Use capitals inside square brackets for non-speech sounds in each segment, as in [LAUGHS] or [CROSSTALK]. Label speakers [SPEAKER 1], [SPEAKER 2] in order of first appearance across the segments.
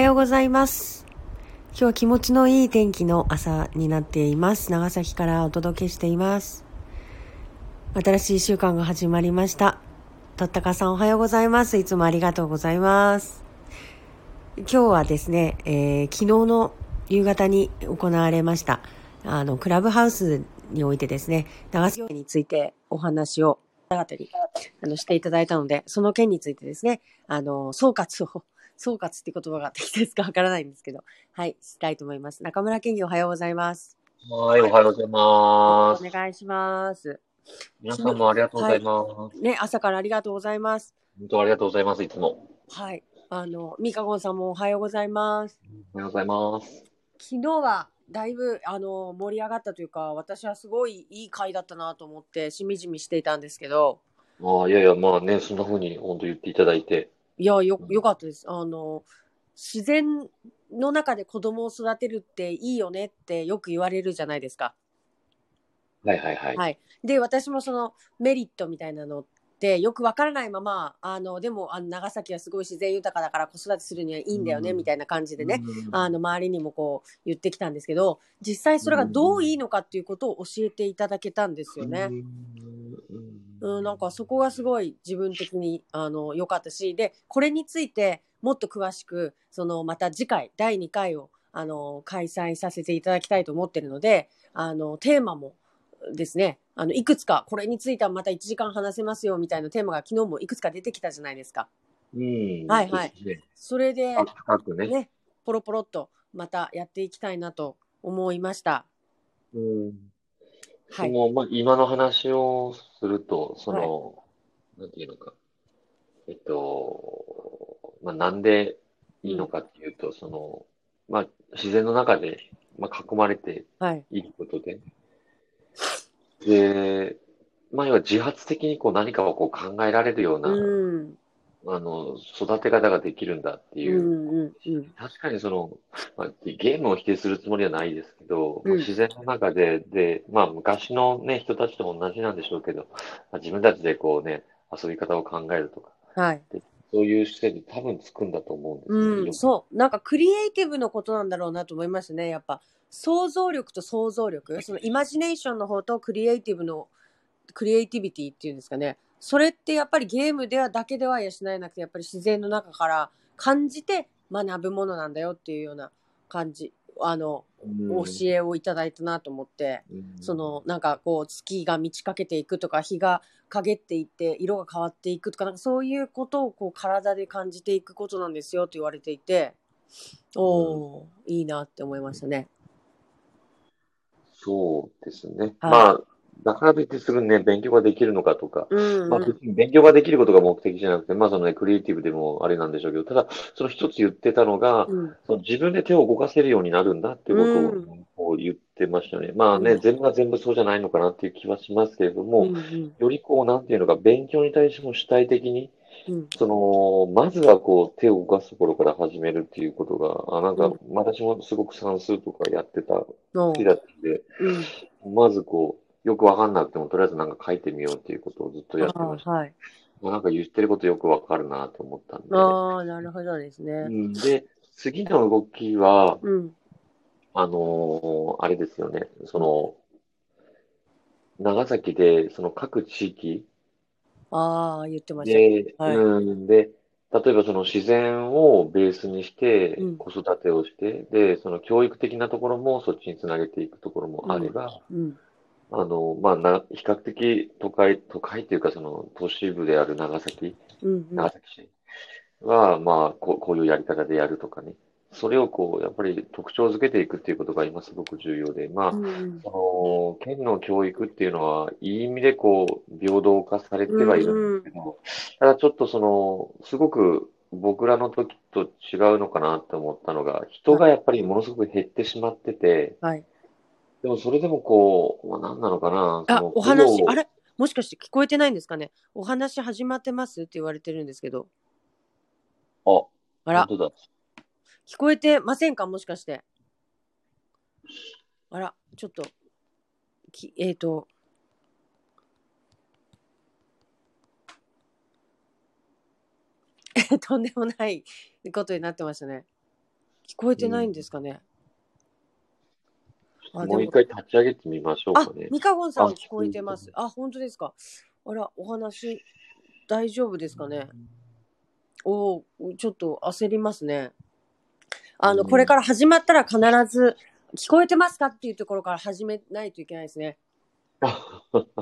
[SPEAKER 1] ようございます。今日は気持ちのいい天気の朝になっています。長崎からお届けしています。新しい週間が始まりました。とったかさんおはようございます。いつもありがとうございます。今日はですね、えー昨日の夕方に行われました、あの、クラブハウスにおいてですね、長崎についてお話を、あの、していただいたので、その件についてですね、あの、総括を、総括って言葉が適切かわからないんですけど、はい、したいと思います。中村県議おはようございます。
[SPEAKER 2] はい、おはようございま
[SPEAKER 1] お
[SPEAKER 2] す。
[SPEAKER 1] 願いします。
[SPEAKER 2] 皆さんもありがとうございます。
[SPEAKER 1] ね、朝からありがとうございます。
[SPEAKER 2] 本当ありがとうございます、いつも。
[SPEAKER 1] はい、あの、みかごんさんもおはようございます。
[SPEAKER 2] おはようございます。
[SPEAKER 1] 昨日はだいぶあの盛り上がったというか、私はすごいいい回だったなと思って、しみじみしていたんですけど、
[SPEAKER 2] ああ、いやいや、まあね、そんな風に本当言っていただいて。
[SPEAKER 1] いや、よ、よかったです。あの、自然の中で子供を育てるっていいよねってよく言われるじゃないですか。
[SPEAKER 2] はいはいはい。
[SPEAKER 1] はいで私もそのメリットみたいなのってよくわからないままあのでもあの長崎はすごい自然豊かだから子育てするにはいいんだよね、
[SPEAKER 2] うん
[SPEAKER 1] みたいな感じでね、
[SPEAKER 2] うん
[SPEAKER 1] あの周りにもこう言ってきたんですけど実際それがどういいのかっていうことを教えていただけたんですよね。うんなんかそこがすごい自分的にあの良かったしでこれについてもっと詳しくそのまた次回第2回をあの開催させていただきたいと思ってるのであのテーマもですねあのいくつかこれについてはまた1時間話せますよみたいなテーマが昨日もいくつか出てきたじゃないですか。
[SPEAKER 2] うん。
[SPEAKER 1] はいはい
[SPEAKER 2] ですね。
[SPEAKER 1] それで
[SPEAKER 2] あ深くね。
[SPEAKER 1] ねポロポロっとまたやっていきたいなと思いました。
[SPEAKER 2] うん。
[SPEAKER 1] は
[SPEAKER 2] そ
[SPEAKER 1] い、
[SPEAKER 2] の、まあ今の話をすると、その、なんていうのか。えっと、まあなんでいいのかっていうと、その、まあ自然の中で、まあ囲まれて、
[SPEAKER 1] はい、
[SPEAKER 2] いいことで。で、まあ、要は自発的にこう何かをこう考えられるような、
[SPEAKER 1] うん
[SPEAKER 2] あの、育て方ができるんだって
[SPEAKER 1] うん
[SPEAKER 2] いうう。
[SPEAKER 1] んうん
[SPEAKER 2] 確かにその、まあ、ゲームを否定するつもりはないですけど、
[SPEAKER 1] うん
[SPEAKER 2] 自然の中で、で、まあ昔のね、人たちと同じなんでしょうけど、まあ自分たちでこうね、遊び方を考えるとか、
[SPEAKER 1] はい
[SPEAKER 2] そういう姿勢に多分つくんだと思うんですねいろん
[SPEAKER 1] う、
[SPEAKER 2] なん
[SPEAKER 1] そうなんかクリエイティブのことなんだろうなと思いましたねやっぱ想像力と想像力そのイマジネーションの方とクリエイティブのクリエイティビティっていうんですかねそれってやっぱりゲームではだけでは養えなくてやっぱり自然の中から感じて学ぶものなんだよっていうような感じあの
[SPEAKER 2] うん
[SPEAKER 1] 教えをいただいたなと思って。
[SPEAKER 2] うん
[SPEAKER 1] そのなんかこう月が満ち欠けていくとか日が陰っていって色が変わっていくとかなんかそういうことをこう体で感じていくことなんですよと言われていておお、いいなって思いましたね。
[SPEAKER 2] そうですね。
[SPEAKER 1] はい
[SPEAKER 2] まあ、だからといってすぐね、勉強ができるのかとか、
[SPEAKER 1] うん、
[SPEAKER 2] まあ、別に勉強ができることが目的じゃなくて、まあそのね、クリエイティブでもあれなんでしょうけど、ただ、その一つ言ってたのが、
[SPEAKER 1] うん
[SPEAKER 2] その自分で手を動かせるようになるんだっていうことをこう言ってましたね。まあ
[SPEAKER 1] う
[SPEAKER 2] ね、
[SPEAKER 1] ん
[SPEAKER 2] 全部が全部そうじゃないのかなっていう気はしますけれども、
[SPEAKER 1] うんうん
[SPEAKER 2] よりこう、なんていうのか、勉強に対しても主体的に、
[SPEAKER 1] うん
[SPEAKER 2] その、まずはこう、手を動かすところから始めるっていうことが、あ、なん
[SPEAKER 1] う
[SPEAKER 2] か
[SPEAKER 1] ん、
[SPEAKER 2] 私もすごく算数とかやってた、好
[SPEAKER 1] の
[SPEAKER 2] きだったんで、
[SPEAKER 1] うん
[SPEAKER 2] まずこう、よくわかんなくても、とりあえずなんか書いてみようっていうことをずっとやって
[SPEAKER 1] あ
[SPEAKER 2] ました。
[SPEAKER 1] ーはい、
[SPEAKER 2] まあなんか言ってることよくわかるなと思ったんで。
[SPEAKER 1] あーなるほどです
[SPEAKER 2] う
[SPEAKER 1] ね。
[SPEAKER 2] ん、で、次の動きは、
[SPEAKER 1] うん
[SPEAKER 2] あのーあれですよね。その、長崎で、その各地域
[SPEAKER 1] ああ言ってましたね。
[SPEAKER 2] で、
[SPEAKER 1] はい
[SPEAKER 2] うん、で、例えばその自然をベースにして
[SPEAKER 1] うん、
[SPEAKER 2] 子育てをして、で、その教育的なところもそっちにつなげていくところもあれば、
[SPEAKER 1] うん
[SPEAKER 2] あの、まあ、な、比較的都会、都会というかその都市部である長崎、
[SPEAKER 1] うんうん
[SPEAKER 2] 長崎市は、まあ、こう、こういうやり方でやるとかね。それをこう、やっぱり特徴づけていくっていうことが今すごく重要で、まあ、
[SPEAKER 1] うん
[SPEAKER 2] その、県の教育っていうのは、いい意味でこう、平等化されてはいるんですけど、ただちょっとその、すごく僕らの時と違うのかなって思ったのが、人がやっぱりものすごく減ってしまってて、
[SPEAKER 1] はい、
[SPEAKER 2] でもそれでもこう、まあ、何なのかな、そ
[SPEAKER 1] あ
[SPEAKER 2] の、
[SPEAKER 1] お話
[SPEAKER 2] 苦労
[SPEAKER 1] あれもしかして聞こえてないんですかねお話始まってますって言われてるんですけど
[SPEAKER 2] あ、
[SPEAKER 1] あら
[SPEAKER 2] 本当だ。
[SPEAKER 1] 聞こえてませんかもしかして。あら、ちょっと、きえっ、と、 [LAUGHS] とんでもないことになってましたね。聞こえてないんですかね。あで
[SPEAKER 2] も
[SPEAKER 1] も
[SPEAKER 2] う一回立ち上げてみましょう
[SPEAKER 1] あ
[SPEAKER 2] かね、。
[SPEAKER 1] ミカゴンさんは
[SPEAKER 2] あ
[SPEAKER 1] 聞こえてます。あ、本当ですか。あら、お話、大丈夫ですかね。おお、ちょっと焦りますね。あの、
[SPEAKER 2] うん
[SPEAKER 1] これから始まったら必ず、聞こえてますかっていうところから始めないといけないです
[SPEAKER 2] [LAUGHS]
[SPEAKER 1] ね。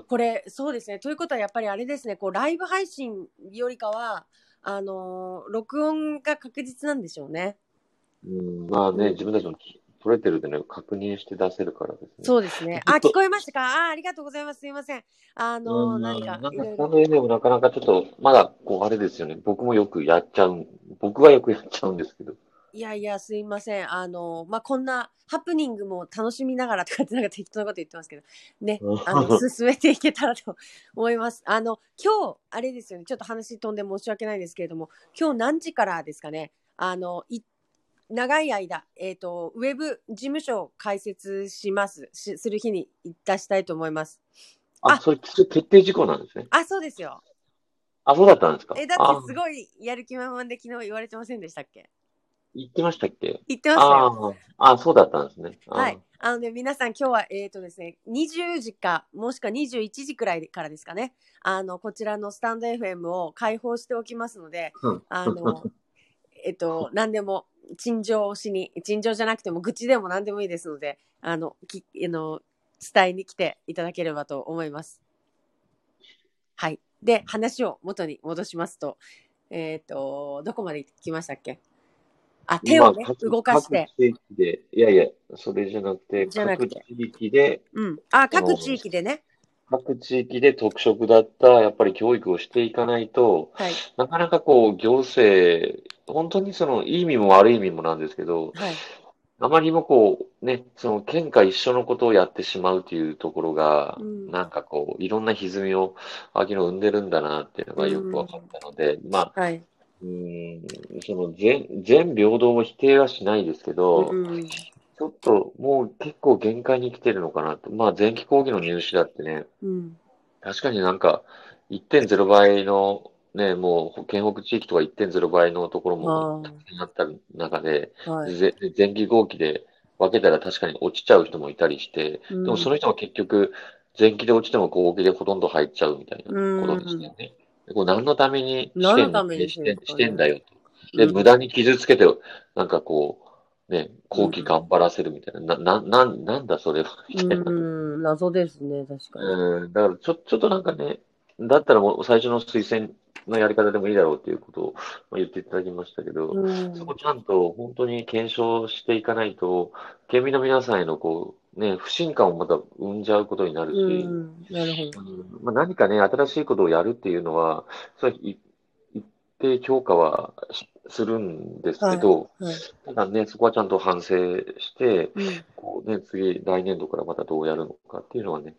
[SPEAKER 1] これ、そうですね。ということはやっぱりあれですね、こう、ライブ配信よりかは、あのー録音が確実なんでしょうね。
[SPEAKER 2] うん、まあ
[SPEAKER 1] うん
[SPEAKER 2] ね、自分たちも取れてるでね、確認して出せるからですね。
[SPEAKER 1] そうですね。あ、聞こえましたかあーありがとうございます。すいません。あのー
[SPEAKER 2] うん
[SPEAKER 1] 何か
[SPEAKER 2] なん
[SPEAKER 1] い
[SPEAKER 2] か
[SPEAKER 1] ろい
[SPEAKER 2] こ
[SPEAKER 1] ろ。
[SPEAKER 2] の絵でもなかなかちょっと、まだこうあれですよね。僕もよくやっちゃうん、僕はよくやっちゃうんですけど。
[SPEAKER 1] いやいや、すいません。あの、まあ、こんなハプニングも楽しみながらとかってなんか適当なこと言ってますけど、ね、あの、進めていけたらと思います。あの、今日、あれですよね、ちょっと話飛んで申し訳ないんですけれども、今日何時からですかね、あの、い長い間、えっ、と、ウェブ事務所を開設します、しする日に出したいと思います。
[SPEAKER 2] あ、それ決決定事項なんですね。
[SPEAKER 1] あ、そうですよ。
[SPEAKER 2] あ、そうだったんですか。
[SPEAKER 1] え、だっ
[SPEAKER 2] あ
[SPEAKER 1] てすごいやる気満々で昨日言われてませんでしたっけ
[SPEAKER 2] 言ってましたっけ
[SPEAKER 1] 言ってましたよ。
[SPEAKER 2] あーあ、そうだったんですね。あー
[SPEAKER 1] はい。。あのね、皆さん今日は、えっ、とですね、20時か、もしくは21時くらいからですかね、あの、こちらのスタンド FM を開放しておきますので、
[SPEAKER 2] うん
[SPEAKER 1] あ
[SPEAKER 2] [LAUGHS]
[SPEAKER 1] の、えっと、何でも、陳情をしに、陳情じゃなくても、愚痴でも何でもいいですので、あの、き、あの、伝えに来ていただければと思います。はい。で、話を元に戻しますと、えっ、と、どこまで行きましたっけあ、手をね
[SPEAKER 2] まあ、各
[SPEAKER 1] 動かして。
[SPEAKER 2] 各地域で、いやいや、それじゃなくて、
[SPEAKER 1] じゃなくて
[SPEAKER 2] 各地域で、
[SPEAKER 1] うん。あ、
[SPEAKER 2] あ
[SPEAKER 1] 各
[SPEAKER 2] の
[SPEAKER 1] 地域でね。
[SPEAKER 2] 各地域で特色だった、やっぱり教育をしていかないと、
[SPEAKER 1] はい。
[SPEAKER 2] なかなかこう、行政、本当にその、いい意味も悪い意味もなんですけど、
[SPEAKER 1] はい。
[SPEAKER 2] あまりもこう、ね、その、県下一緒のことをやってしまうというところが、
[SPEAKER 1] うん
[SPEAKER 2] なんかこう、いろんな歪みを、秋の生んでるんだなっていうのがよく分かったので、まあ、
[SPEAKER 1] はい。
[SPEAKER 2] うーんその全、全平等を否定はしないですけど、
[SPEAKER 1] うん
[SPEAKER 2] ちょっともう結構限界に来てるのかなと。まあ前期講義の入試だってね、
[SPEAKER 1] うん。
[SPEAKER 2] 確かになんか1.0倍の、ね、もう県北地域とか1.0倍のところも
[SPEAKER 1] あ
[SPEAKER 2] たくさんあった中で、
[SPEAKER 1] あ、はい。
[SPEAKER 2] ぜ前期後期で分けたら確かに落ちちゃう人もいたりして、
[SPEAKER 1] で
[SPEAKER 2] でもその人は結局前期で落ちても後期でほとんど入っちゃうみたいなことでしたよね。でこれ何のために試
[SPEAKER 1] 何
[SPEAKER 2] 験
[SPEAKER 1] のために
[SPEAKER 2] してしてんだよと。
[SPEAKER 1] う
[SPEAKER 2] で、
[SPEAKER 1] ん
[SPEAKER 2] 無駄に傷つけて、なんかこう、ね、後期頑張らせるみたいな、な、な、ななんだそれは、みたいな。
[SPEAKER 1] うん、謎ですね、確かに。
[SPEAKER 2] うん、だからちょ、ちょっとなんかね、だったらもう最初の推薦のやり方でもいいだろうっていうことをまあ言っていただきましたけど、
[SPEAKER 1] うん
[SPEAKER 2] そこちゃんと本当に検証していかないと、県民の皆さんへのこう、ね、不信感をまた生んじゃうことになるし、
[SPEAKER 1] うん、なるほど。
[SPEAKER 2] うんまあ、何かね、新しいことをやるっていうのは、それはい一定評価はしするんですけど、
[SPEAKER 1] はい。
[SPEAKER 2] ただね、そこはちゃんと反省して、
[SPEAKER 1] うん
[SPEAKER 2] こうね、次、来年度からまたどうやるのかっていうのはね、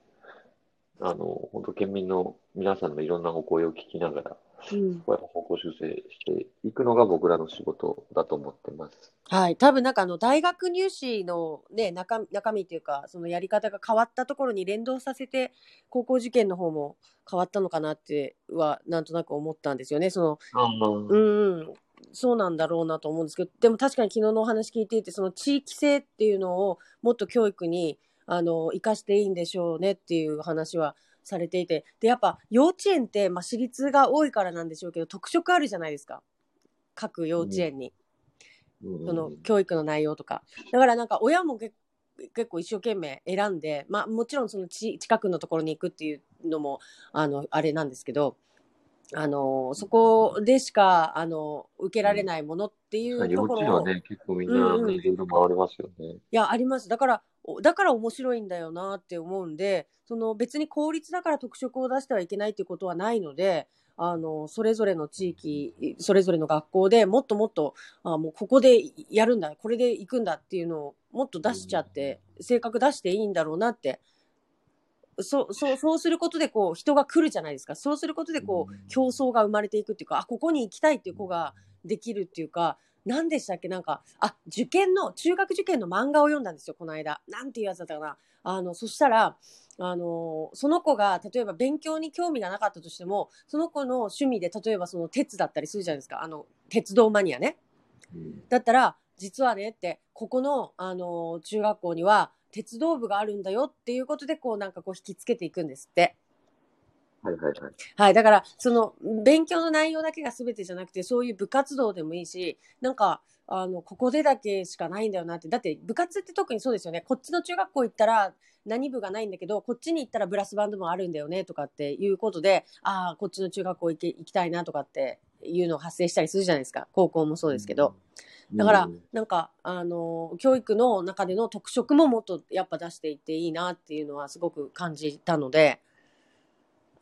[SPEAKER 2] あの、本当県民の皆さんのいろんなお声を聞きながら、
[SPEAKER 1] うん、
[SPEAKER 2] こうやって方向修正していくのが僕らの仕事だと思ってます。
[SPEAKER 1] はい。多分なんかあの、大学入試のね、中中身というか、そのやり方が変わったところに連動させて、高校受験の方も変わったのかなっては、なんとなく思ったんですよね。その、
[SPEAKER 2] あ
[SPEAKER 1] うんうん、そうなんだろうなと思うんですけどでも確かに昨日のお話聞いていてその地域性っていうのをもっと教育にあの生かしていいんでしょうねっていう話はされていてでやっぱ幼稚園って、まあ、私立が多いからなんでしょうけど特色あるじゃないですか各幼稚園に。
[SPEAKER 2] うん
[SPEAKER 1] その教育の内容とか。だからなんか親もけ結構一生懸命選んで、まあもちろんそのち近くのところに行くっていうのも、あの、あれなんですけど、あの、そこでしか、あの、受けられないものっていう
[SPEAKER 2] 幼
[SPEAKER 1] とこ
[SPEAKER 2] 稚園
[SPEAKER 1] ろを、
[SPEAKER 2] はね、結構みん
[SPEAKER 1] う
[SPEAKER 2] な、
[SPEAKER 1] んうん
[SPEAKER 2] ね、いろいろ回れますよね。
[SPEAKER 1] いや、あります。だから、おだから面白いんだよなって思うんで、その別に公立だから特色を出してはいけないっていうことはないので、あの、それぞれの地域、それぞれの学校でもっともっと、あもうここでやるんだ、これで行くんだっていうのをもっと出しちゃって、性格出していいんだろうなって、そう、そう、そうすることでこう、人が来るじゃないですか。そうすることでこ
[SPEAKER 2] うん
[SPEAKER 1] う、競争が生まれていくっていうか、あ、ここに行きたいっていう子ができるっていうか、何でしたっけなんか、あ、受験の、中学受験の漫画を読んだんですよ、この間。なんていうやつだったかな。あの、そしたら、あの、その子が、例えば勉強に興味がなかったとしても、その子の趣味で、例えばその鉄だったりするじゃないですか。あの、鉄道マニアね。
[SPEAKER 2] うん
[SPEAKER 1] だったら、実はねって、ここの、あの、中学校には鉄道部があるんだよっていうことで、こうなんかこう引きつけていくんですって。
[SPEAKER 2] はいはいはい。
[SPEAKER 1] はい。だから、その、勉強の内容だけが全てじゃなくて、そういう部活動でもいいし、なんか、あの、ここでだけしかないんだよなって。だって、部活って特にそうですよね。こっちの中学校行ったら何部がないんだけど、こっちに行ったらブラスバンドもあるんだよね、とかっていうことで、ああ、こっちの中学校行け行きたいな、とかっていうのが発生したりするじゃないですか。高校もそうですけど。だから
[SPEAKER 2] うん
[SPEAKER 1] なんか、あの、教育の中での特色ももっとやっぱ出していっていいなっていうのはすごく感じたので、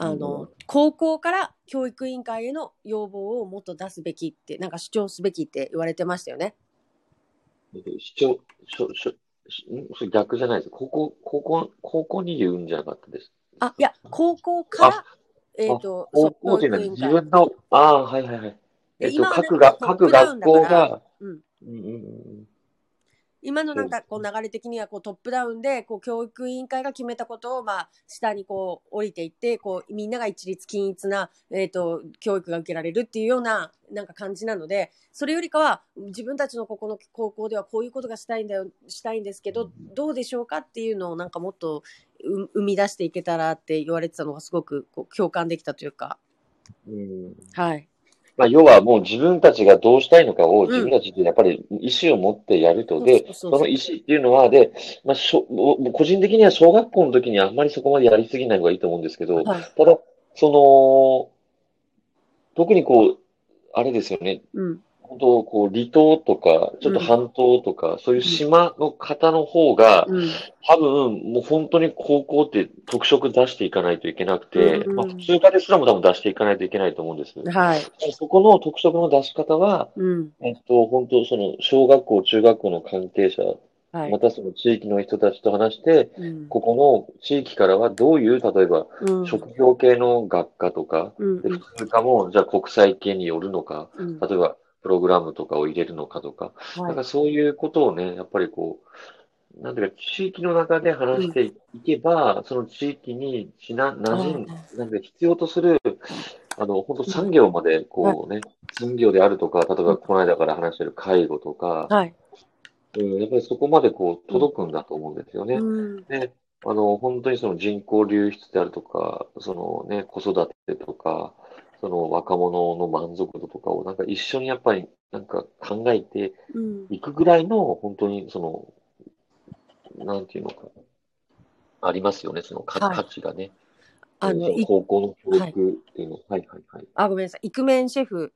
[SPEAKER 1] あの、
[SPEAKER 2] うん
[SPEAKER 1] 高校から教育委員会への要望をもっと出すべきって、なんか主張すべきって言われてましたよね。
[SPEAKER 2] 主張、しょ、しょ、しんそれ逆じゃないです。ここ、ここ、ここに言うんじゃなかったです。
[SPEAKER 1] あ、いや、高校から
[SPEAKER 2] あ、
[SPEAKER 1] えっ、と、
[SPEAKER 2] 高校っていうのは自分の、ああ、はいはいはい。えっと、
[SPEAKER 1] 今は
[SPEAKER 2] 各が、
[SPEAKER 1] でもトッ
[SPEAKER 2] 各
[SPEAKER 1] プダウン
[SPEAKER 2] 学
[SPEAKER 1] だから
[SPEAKER 2] 校が、
[SPEAKER 1] うん
[SPEAKER 2] うんうんうん
[SPEAKER 1] 今のなんかこう流れ的にはこうトップダウンでこう教育委員会が決めたことをまあ下にこう降りていってこうみんなが一律均一なえーと教育が受けられるっていうようななんか感じなのでそれよりかは自分たちのここの高校ではこういうことがしたいんだよしたいんですけどどうでしょうかっていうのをなんかもっとう生み出していけたらって言われてたのがすごくこう共感できたというか
[SPEAKER 2] うんうん。
[SPEAKER 1] はい
[SPEAKER 2] まあ、要はもう自分たちがどうしたいのかを自分たちでやっぱり意思を持ってやると。
[SPEAKER 1] そ
[SPEAKER 2] で、
[SPEAKER 1] うそう
[SPEAKER 2] そ
[SPEAKER 1] そう
[SPEAKER 2] の意思っていうのは、で、まあ、しょ、もう個人的には小学校の時にあんまりそこまでやりすぎない方がいいと思うんですけど、
[SPEAKER 1] はい
[SPEAKER 2] ただ、その、特にこう、あれですよね、
[SPEAKER 1] うん
[SPEAKER 2] 本当こう、離島とか、ちょっと半島とか、そういう島の方の方が、
[SPEAKER 1] うん
[SPEAKER 2] 多分、もう本当に高校って特色出していかないといけなくて、
[SPEAKER 1] うんうん
[SPEAKER 2] まあ、普通科ですらも多分出していかないといけないと思うんです。
[SPEAKER 1] はい
[SPEAKER 2] そこの特色の出し方は、
[SPEAKER 1] うん
[SPEAKER 2] えっと、本当その、小学校、中学校の関係者、
[SPEAKER 1] はい
[SPEAKER 2] またその地域の人たちと話して、
[SPEAKER 1] うん
[SPEAKER 2] ここの地域からはどういう、例えば、
[SPEAKER 1] うん
[SPEAKER 2] 職業系の学科とか、
[SPEAKER 1] うん
[SPEAKER 2] で普通科も、じゃあ国際系によるのか、
[SPEAKER 1] うんうん
[SPEAKER 2] 例えば、プログラムとかを入れるのかとか、
[SPEAKER 1] は
[SPEAKER 2] ないんかそういうことをね、やっぱりこう、なんていうか、地域の中で話していけば、その地域にちな、馴染ん、なんで必要とする、あの、本当産業まで、こうね、産業であるとか、例えばこの間から話してる介護とか、
[SPEAKER 1] はい。
[SPEAKER 2] うん、やっぱりそこまでこう、届くんだと思うんですよね。
[SPEAKER 1] うん
[SPEAKER 2] で、あの、本当にその人口流出であるとか、そのね、子育てとか、その若者の満足度とかをなんか一緒にやっぱりなんか考えて
[SPEAKER 1] うん
[SPEAKER 2] いくぐらいの本当にその、なんていうのか、ありますよね、その価
[SPEAKER 1] はい
[SPEAKER 2] 価値がね。
[SPEAKER 1] あ
[SPEAKER 2] そ
[SPEAKER 1] の、
[SPEAKER 2] の
[SPEAKER 1] い
[SPEAKER 2] 高校の教育っていうの。はいはいはい。
[SPEAKER 1] あ、ごめんなさい。イクメンシェフ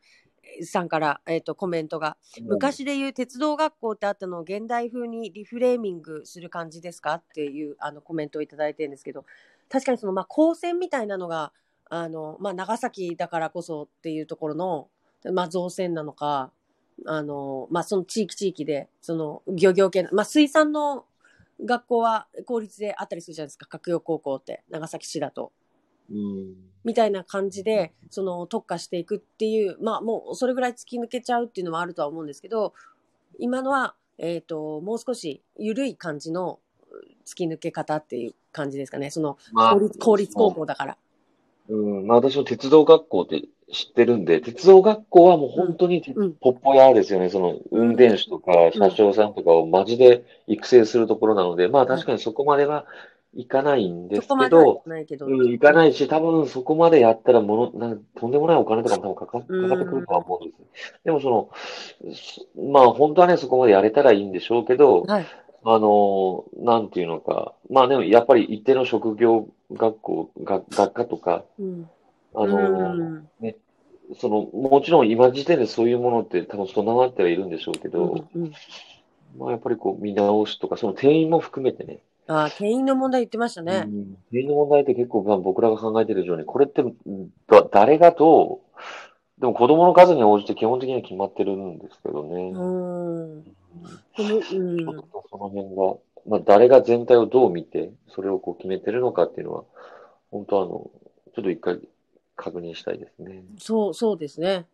[SPEAKER 1] さんから、えっ、と、コメントが。昔でいう鉄道学校ってあったのを現代風にリフレーミングする感じですかっていうあのコメントをいただいてるんですけど、確かにその、まあ、高専みたいなのが、あの、まあ、長崎だからこそっていうところの、まあ、造船なのか、あの、まあ、その地域地域で、その、漁業系の、まあ、水産の学校は公立であったりするじゃないですか、角洋高校って、長崎市だと。
[SPEAKER 2] うん。
[SPEAKER 1] みたいな感じで、その特化していくっていう、まあもうそれぐらい突き抜けちゃうっていうのはあるとは思うんですけど、今のは、えっ、と、もう少し緩い感じの突き抜け方っていう感じですかね。その、
[SPEAKER 2] まあ
[SPEAKER 1] 公立公立高校だから。
[SPEAKER 2] うん、まあ私も鉄道学校って知ってるんで、鉄道学校はもう本当にて
[SPEAKER 1] うん
[SPEAKER 2] ポッポヤーですよね。その運転手とか車掌さんとかをマジで育成するところなので、まあ確かにそこまではいかないんで
[SPEAKER 1] そ
[SPEAKER 2] す
[SPEAKER 1] こま
[SPEAKER 2] け
[SPEAKER 1] では
[SPEAKER 2] ど
[SPEAKER 1] い、かないけど。
[SPEAKER 2] うん、いかないし、多分そこまでやったらもの、なんとんでもないお金とかも多分かか
[SPEAKER 1] うん
[SPEAKER 2] かかってくるとは思うんです。でもその、すまあ本当はね、そこまでやれたらいいんでしょうけど、
[SPEAKER 1] はい。
[SPEAKER 2] あの、なんていうのか、まあでもやっぱり一定の職業学校、学学科とか、
[SPEAKER 1] うん。
[SPEAKER 2] あ
[SPEAKER 1] う
[SPEAKER 2] の、
[SPEAKER 1] ん
[SPEAKER 2] その、もちろん今時点でそういうものって多分備わってはいるんでしょうけど、
[SPEAKER 1] うんうん
[SPEAKER 2] まあやっぱりこう見直しとか、その定員も含めてね、
[SPEAKER 1] ああ、定員の問題言ってました
[SPEAKER 2] う
[SPEAKER 1] ね。
[SPEAKER 2] ん定員の問題って結構まあ僕らが考えてる以上に、これってうんだ誰がどう、でも子供の数に応じて基本的には決まってるんですけどね
[SPEAKER 1] う。ん。
[SPEAKER 2] ち
[SPEAKER 1] でもうん
[SPEAKER 2] ょっとその辺が、まあ誰が全体をどう見て、それをこう決めてるのかっていうのは、本当あの、ちょっと一回確認したいですね。
[SPEAKER 1] そう、そうですね。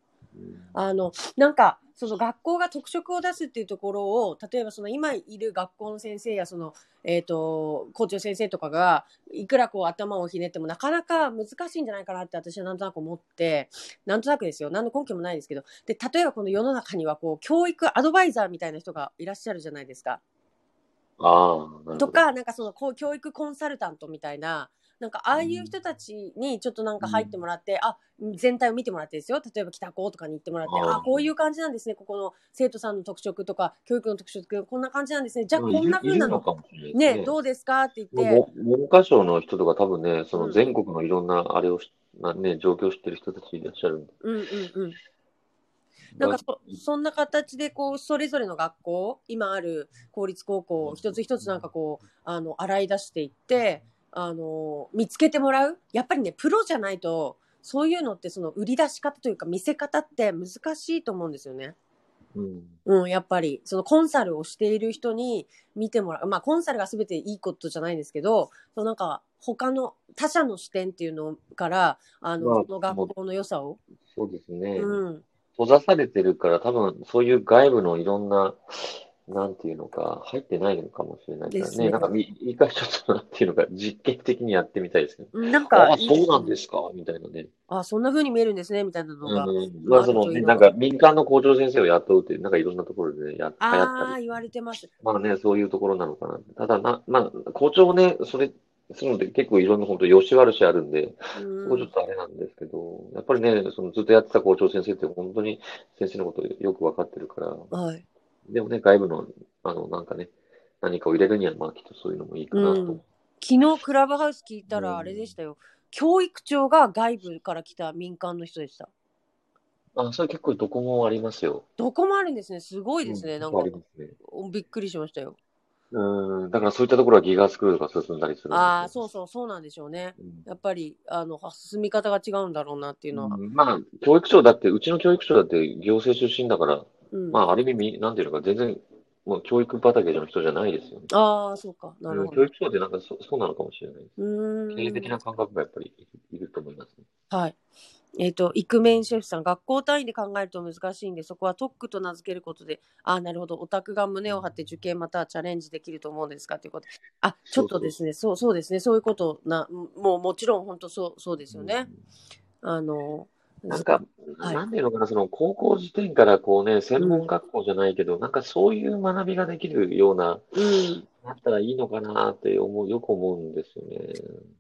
[SPEAKER 1] あの、なんか、その学校が特色を出すっていうところを、例えばその今いる学校の先生やその、えっ、と、校長先生とかが、いくらこう頭をひねってもなかなか難しいんじゃないかなって私はなんとなく思って、なんとなくですよ。何の根拠もないですけど。で、例えばこの世の中にはこう、教育アドバイザーみたいな人がいらっしゃるじゃないですか。
[SPEAKER 2] ああ、なるほど
[SPEAKER 1] と、か、なんかそのこう教育コンサルタントみたいな、なんかああいう人たちにちょっとなんか入ってもらって、あ、全体を見てもらってですよ。例えば北高とかに行ってもらって、
[SPEAKER 2] あー
[SPEAKER 1] あこういう感じなんですね。ここの生徒さんの特色とか、教育の特色、こんな感じなんですね。じゃあこんな風
[SPEAKER 2] い
[SPEAKER 1] な
[SPEAKER 2] るの
[SPEAKER 1] の。
[SPEAKER 2] かもしれないです
[SPEAKER 1] ね、どうですかって言って。
[SPEAKER 2] もう文科省の人とか多分ね、そ
[SPEAKER 1] うん
[SPEAKER 2] の全国のいろんなあれをし、なね、状況を知ってる人たちいらっしゃるんで。
[SPEAKER 1] うんうんうん。なんかそそんな形でこうそれぞれの学校今ある公立高校を一つ一つなんかこうあの洗い出していってあの見つけてもらうやっぱりねプロじゃないとそういうのってその売り出し方というか見せ方って難しいと思うんですよね。
[SPEAKER 2] うん。
[SPEAKER 1] うん、やっぱり、そのコンサルをしている人に見てもらう。まあ、コンサルが全ていいことじゃないんですけど、そのなんか、他の、他者の視点っていうのから、あの、
[SPEAKER 2] まあ
[SPEAKER 1] その学校の良さを。
[SPEAKER 2] そうですね。
[SPEAKER 1] うん。
[SPEAKER 2] 閉ざされてるから、多分そういう外部のいろんな、なんていうのか、入ってないのかもしれないから
[SPEAKER 1] で
[SPEAKER 2] ね。
[SPEAKER 1] すね
[SPEAKER 2] なんかみ、一回ちょっとなんていうのか、実験的にやってみたいですね。
[SPEAKER 1] なんか、
[SPEAKER 2] ああ、そうなんですか、みたいなね。
[SPEAKER 1] あ、そんな風に見えるんですね、みたいなのが。
[SPEAKER 2] うん、まあ、そのね、なんか民間の校長先生を雇うっていう、なんかいろんなところでね、や、流行ったり
[SPEAKER 1] ああ、言われてます。
[SPEAKER 2] まあね、そういうところなのかな。ただな、まあ、校長ね、それ、するので結構いろんな本当、よし悪しあるんで、
[SPEAKER 1] うん
[SPEAKER 2] そこちょっとあれなんですけど、やっぱりね、そのずっとやってた校長先生って本当に先生のことよくわかってるから、
[SPEAKER 1] はい。
[SPEAKER 2] でもね、外部の、あの、なんかね、何かを入れるには、まあ、きっとそういうのもいいかな
[SPEAKER 1] うん
[SPEAKER 2] と。。
[SPEAKER 1] 昨日、クラブハウス聞いた
[SPEAKER 2] うん
[SPEAKER 1] ら、あれでしたよ。教育長が外部から来た民間の人でした。
[SPEAKER 2] あ、それ結構どこもありますよ。
[SPEAKER 1] どこもあるんですね。すごいですね。
[SPEAKER 2] うん
[SPEAKER 1] なん
[SPEAKER 2] あ
[SPEAKER 1] か
[SPEAKER 2] り、ますね。
[SPEAKER 1] おびっくりしましたよ。
[SPEAKER 2] うん、だからそういったところはギガスクールが進んだりするんですよ
[SPEAKER 1] ああ、そうそう、そうなんでしょうね。
[SPEAKER 2] うん
[SPEAKER 1] やっぱり、あの、進み方が違うんだろうなっていうのは。
[SPEAKER 2] うんまあ、教育省だって、うちの教育省だって行政出身だから、
[SPEAKER 1] うん。
[SPEAKER 2] まあ、ある意味、なんていうのか、全然、もう教育畑の人じゃないですよね。
[SPEAKER 1] ああ、そうか。なる
[SPEAKER 2] うん
[SPEAKER 1] ほ
[SPEAKER 2] 教
[SPEAKER 1] ど。
[SPEAKER 2] 育省ってなんかそ、そうなのかもしれない。
[SPEAKER 1] うーん。
[SPEAKER 2] 経営的な感覚がやっぱりいいると思いますね。
[SPEAKER 1] はい。えっ、と、イクメンシェフさん、学校単位で考えると難しいんで、そこは特区と名付けることで、ああ、なるほど、オタクが胸を張って受験またはチャレンジできると思うんですかということで。あ、ちょっとですね、そうそうですね、そういうことな、もうもちろん本当そう、そうですよね。あの、
[SPEAKER 2] なんか、
[SPEAKER 1] はい
[SPEAKER 2] なんていうのかな、その高校時点からこうね、専門学校じゃないけど、なんかそういう学びができるような、
[SPEAKER 1] うん。
[SPEAKER 2] なったらいいのかなって思う、よく思うんですよね。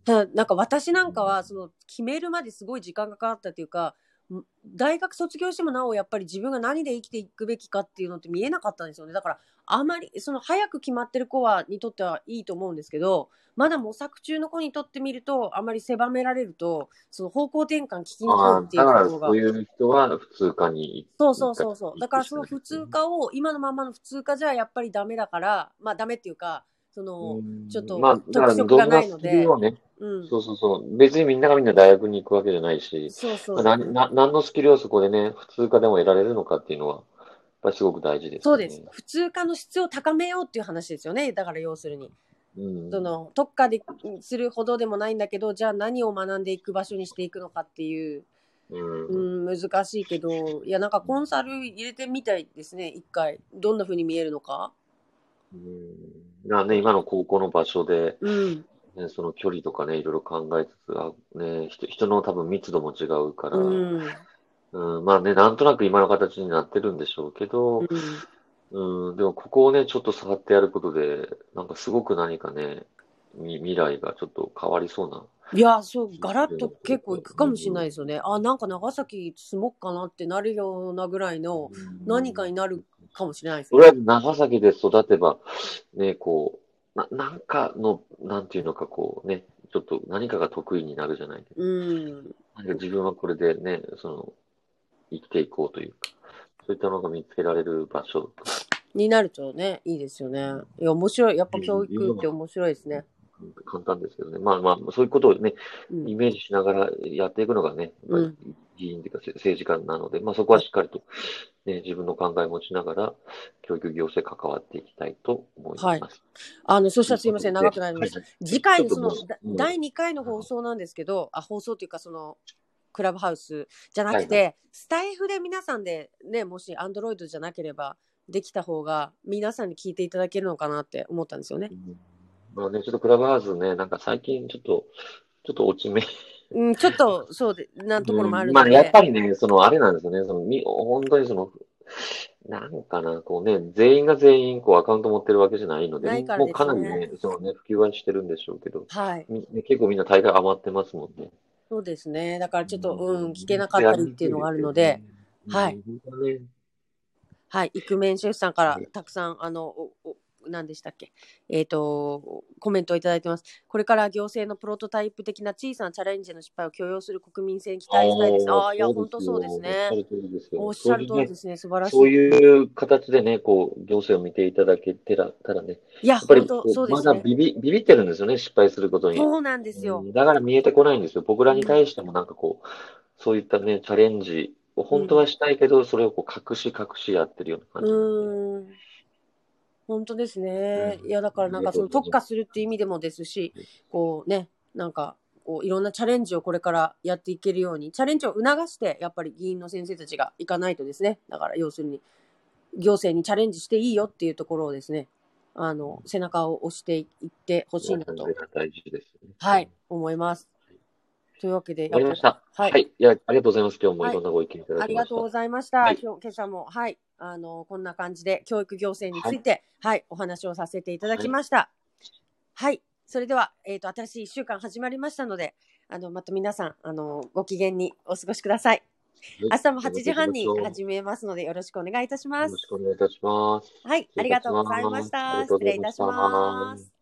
[SPEAKER 1] ただなんか私なんかはその決めるまですごい時間がかかったというかん大学卒業してもなおやっぱり自分が何で生きていくべきかっていうのって見えなかったんですよねだからあまりその早く決まってる子はにとってはいいと思うんですけどまだ模索中の子にとってみるとあまり狭められるとその方向転換聞きに
[SPEAKER 2] あ
[SPEAKER 1] く
[SPEAKER 2] あ、
[SPEAKER 1] いっていうと
[SPEAKER 2] だか
[SPEAKER 1] こ
[SPEAKER 2] ら
[SPEAKER 1] ろが
[SPEAKER 2] そういう人は普通科に
[SPEAKER 1] そうそうそうそう。だからその普通
[SPEAKER 2] 科
[SPEAKER 1] 科を今のままの普通科じゃやっぱりダメだからまあダメっていうかそのちょっと
[SPEAKER 2] まあ、だから
[SPEAKER 1] 特色がないので
[SPEAKER 2] どんスキルをね、
[SPEAKER 1] うん
[SPEAKER 2] そうそうそう、別にみんながみんな大学に行くわけじゃないし、
[SPEAKER 1] そうそう
[SPEAKER 2] まあなな何のスキルをそこでね、普通科でも得られるのかっていうのは、やっぱりすごく大事です
[SPEAKER 1] そ
[SPEAKER 2] よ
[SPEAKER 1] う
[SPEAKER 2] ね。
[SPEAKER 1] です。普通科の質を高めようっていう話ですよね。だから要するに。
[SPEAKER 2] うん。
[SPEAKER 1] その特化でするほどでもないんだけど、じゃあ何を学んでいく場所にしていくのかっていう、
[SPEAKER 2] うん
[SPEAKER 1] うん、難しいけど、いや、なんかコンサル入れてみたいですね、一回。どんな風に見えるのか。
[SPEAKER 2] うんだからね、今の高校の場所で、
[SPEAKER 1] うん。
[SPEAKER 2] ね、その距離とかね、いろいろ考えつつ、あね、人人の多分密度も違うから、
[SPEAKER 1] うん。うん
[SPEAKER 2] うんまあね、なんとなく今の形になってるんでしょうけど、うん、でもここをね、ちょっと触ってやることで、なんかすごく何かね、み未来がちょっと変わりそうな。
[SPEAKER 1] いや、そう、ガラッと結構いくかもしれないですよね。あ、なんか長崎住もっかなってなるようなぐらいの何かになるかもしれないです
[SPEAKER 2] とりあえ
[SPEAKER 1] ね。
[SPEAKER 2] ず長崎で育てば、ね、こう、な、なんかの、なんていうのか、こうね、ちょっと何かが得意になるじゃないけど、
[SPEAKER 1] うん。
[SPEAKER 2] 何か自分はこれでね、その、生きていこうというか、そういったのが見つけられる場所とか
[SPEAKER 1] になるとね、いいですよね。いや、面白い。やっぱ教育って面白いですね。
[SPEAKER 2] 簡単ですけどね。まあまあ、そういうことをね、
[SPEAKER 1] うん
[SPEAKER 2] イメージしながらやっていくのがね、
[SPEAKER 1] うん
[SPEAKER 2] やっぱり議員というかせ政治家なので、まあそこはしっかりと、ね、自分の考えを持ちながら、教育行政関わっていきたいと思い
[SPEAKER 1] はい
[SPEAKER 2] ます。
[SPEAKER 1] あの、そしたらすいません、長くなりました。
[SPEAKER 2] た。
[SPEAKER 1] 次回のその
[SPEAKER 2] ちょっともう、
[SPEAKER 1] だ
[SPEAKER 2] うん
[SPEAKER 1] 第2回の放送なんですけど、あ、放送というか、その、クラブハウスじゃなくて、
[SPEAKER 2] は
[SPEAKER 1] スタイフで皆さんで、ね、もしアンドロイドじゃなければできた方が皆さんに聞いていただけるのかなって思ったんですよね。
[SPEAKER 2] まあね、ちょっとクラブハウスね、なんか最近ちょっと、ちょっと落ち目。
[SPEAKER 1] うん、ちょっとそうでなところもある
[SPEAKER 2] うんま
[SPEAKER 1] の
[SPEAKER 2] あ
[SPEAKER 1] で、
[SPEAKER 2] やっぱりね、そのあれなんですよね、そのみ本当にその、なんかな、こうね、全員が全員こうアカウント持ってるわけじゃないので、
[SPEAKER 1] ないから
[SPEAKER 2] も
[SPEAKER 1] で
[SPEAKER 2] う
[SPEAKER 1] すね
[SPEAKER 2] かなりね、そのね、普及はしてるんでしょうけど、
[SPEAKER 1] はい、
[SPEAKER 2] み結構みんな大会余ってますもんね。
[SPEAKER 1] そうですね。だからちょっと、うん、聞けなかったりっていうのがあるので、、はい
[SPEAKER 2] うん。本当ね
[SPEAKER 1] はい、イクメンシェフさんからたくさん、あの、おお何でしたっけ、えっ、と、コメントをいただいてます。これから行政のプロトタイプ的な小さなチャレンジの失敗を許容する国民性に期待したいです。ああー、いや、本当そうですね。おっしゃる通りですすね。素晴
[SPEAKER 2] よ。
[SPEAKER 1] らし
[SPEAKER 2] そう
[SPEAKER 1] い。
[SPEAKER 2] いう形でね、こう、行政を見ていただけてらたらね、
[SPEAKER 1] いや、
[SPEAKER 2] やっぱり
[SPEAKER 1] 本当
[SPEAKER 2] こう
[SPEAKER 1] そうで
[SPEAKER 2] ますだ
[SPEAKER 1] ね。
[SPEAKER 2] ビビビビってるんですよね、失敗することに。
[SPEAKER 1] そうなんですよ。
[SPEAKER 2] うんだから見えてこないんですよ。僕らに対してもなんかこう、そういったね、チャレンジを本当はしたいけど、それをこう隠し隠しやってるような感じ。
[SPEAKER 1] うーん。本当ですね。
[SPEAKER 2] うん
[SPEAKER 1] いや、だからなんかその特化するっていう意味でもですし、こうね、なんか、こういろんなチャレンジをこれからやっていけるように、チャレンジを促して、やっぱり議員の先生たちが行かないとですね、だから要するに、行政にチャレンジしていいよっていうところをですね、あの、背中を押していってほしいなと、
[SPEAKER 2] それが大事ですね。
[SPEAKER 1] はい、思います。というわけで、
[SPEAKER 2] わかりました。
[SPEAKER 1] はい
[SPEAKER 2] はい。いや、ありがとうございます。今日もいろんなご意見いた
[SPEAKER 1] あ
[SPEAKER 2] だき
[SPEAKER 1] り
[SPEAKER 2] ま
[SPEAKER 1] が
[SPEAKER 2] した。
[SPEAKER 1] とうございました。
[SPEAKER 2] はい
[SPEAKER 1] 今日今朝もはい、あのこんな感じで教育行政についてはい、お話をさせていただきました。はい、それではえっ、と新しい一週間始まりましたので、あのまた皆さんあのご機嫌にお過ごしください。明日も8時半に
[SPEAKER 2] よ
[SPEAKER 1] 始めますのでよろしくお願いいたしま
[SPEAKER 2] ろ
[SPEAKER 1] す
[SPEAKER 2] し。くお願いいたします。
[SPEAKER 1] はい、ありがとうございまし
[SPEAKER 2] あ
[SPEAKER 1] た。
[SPEAKER 2] りがと
[SPEAKER 1] 失
[SPEAKER 2] うござ
[SPEAKER 1] 礼
[SPEAKER 2] い
[SPEAKER 1] い
[SPEAKER 2] ま
[SPEAKER 1] た
[SPEAKER 2] し
[SPEAKER 1] したます。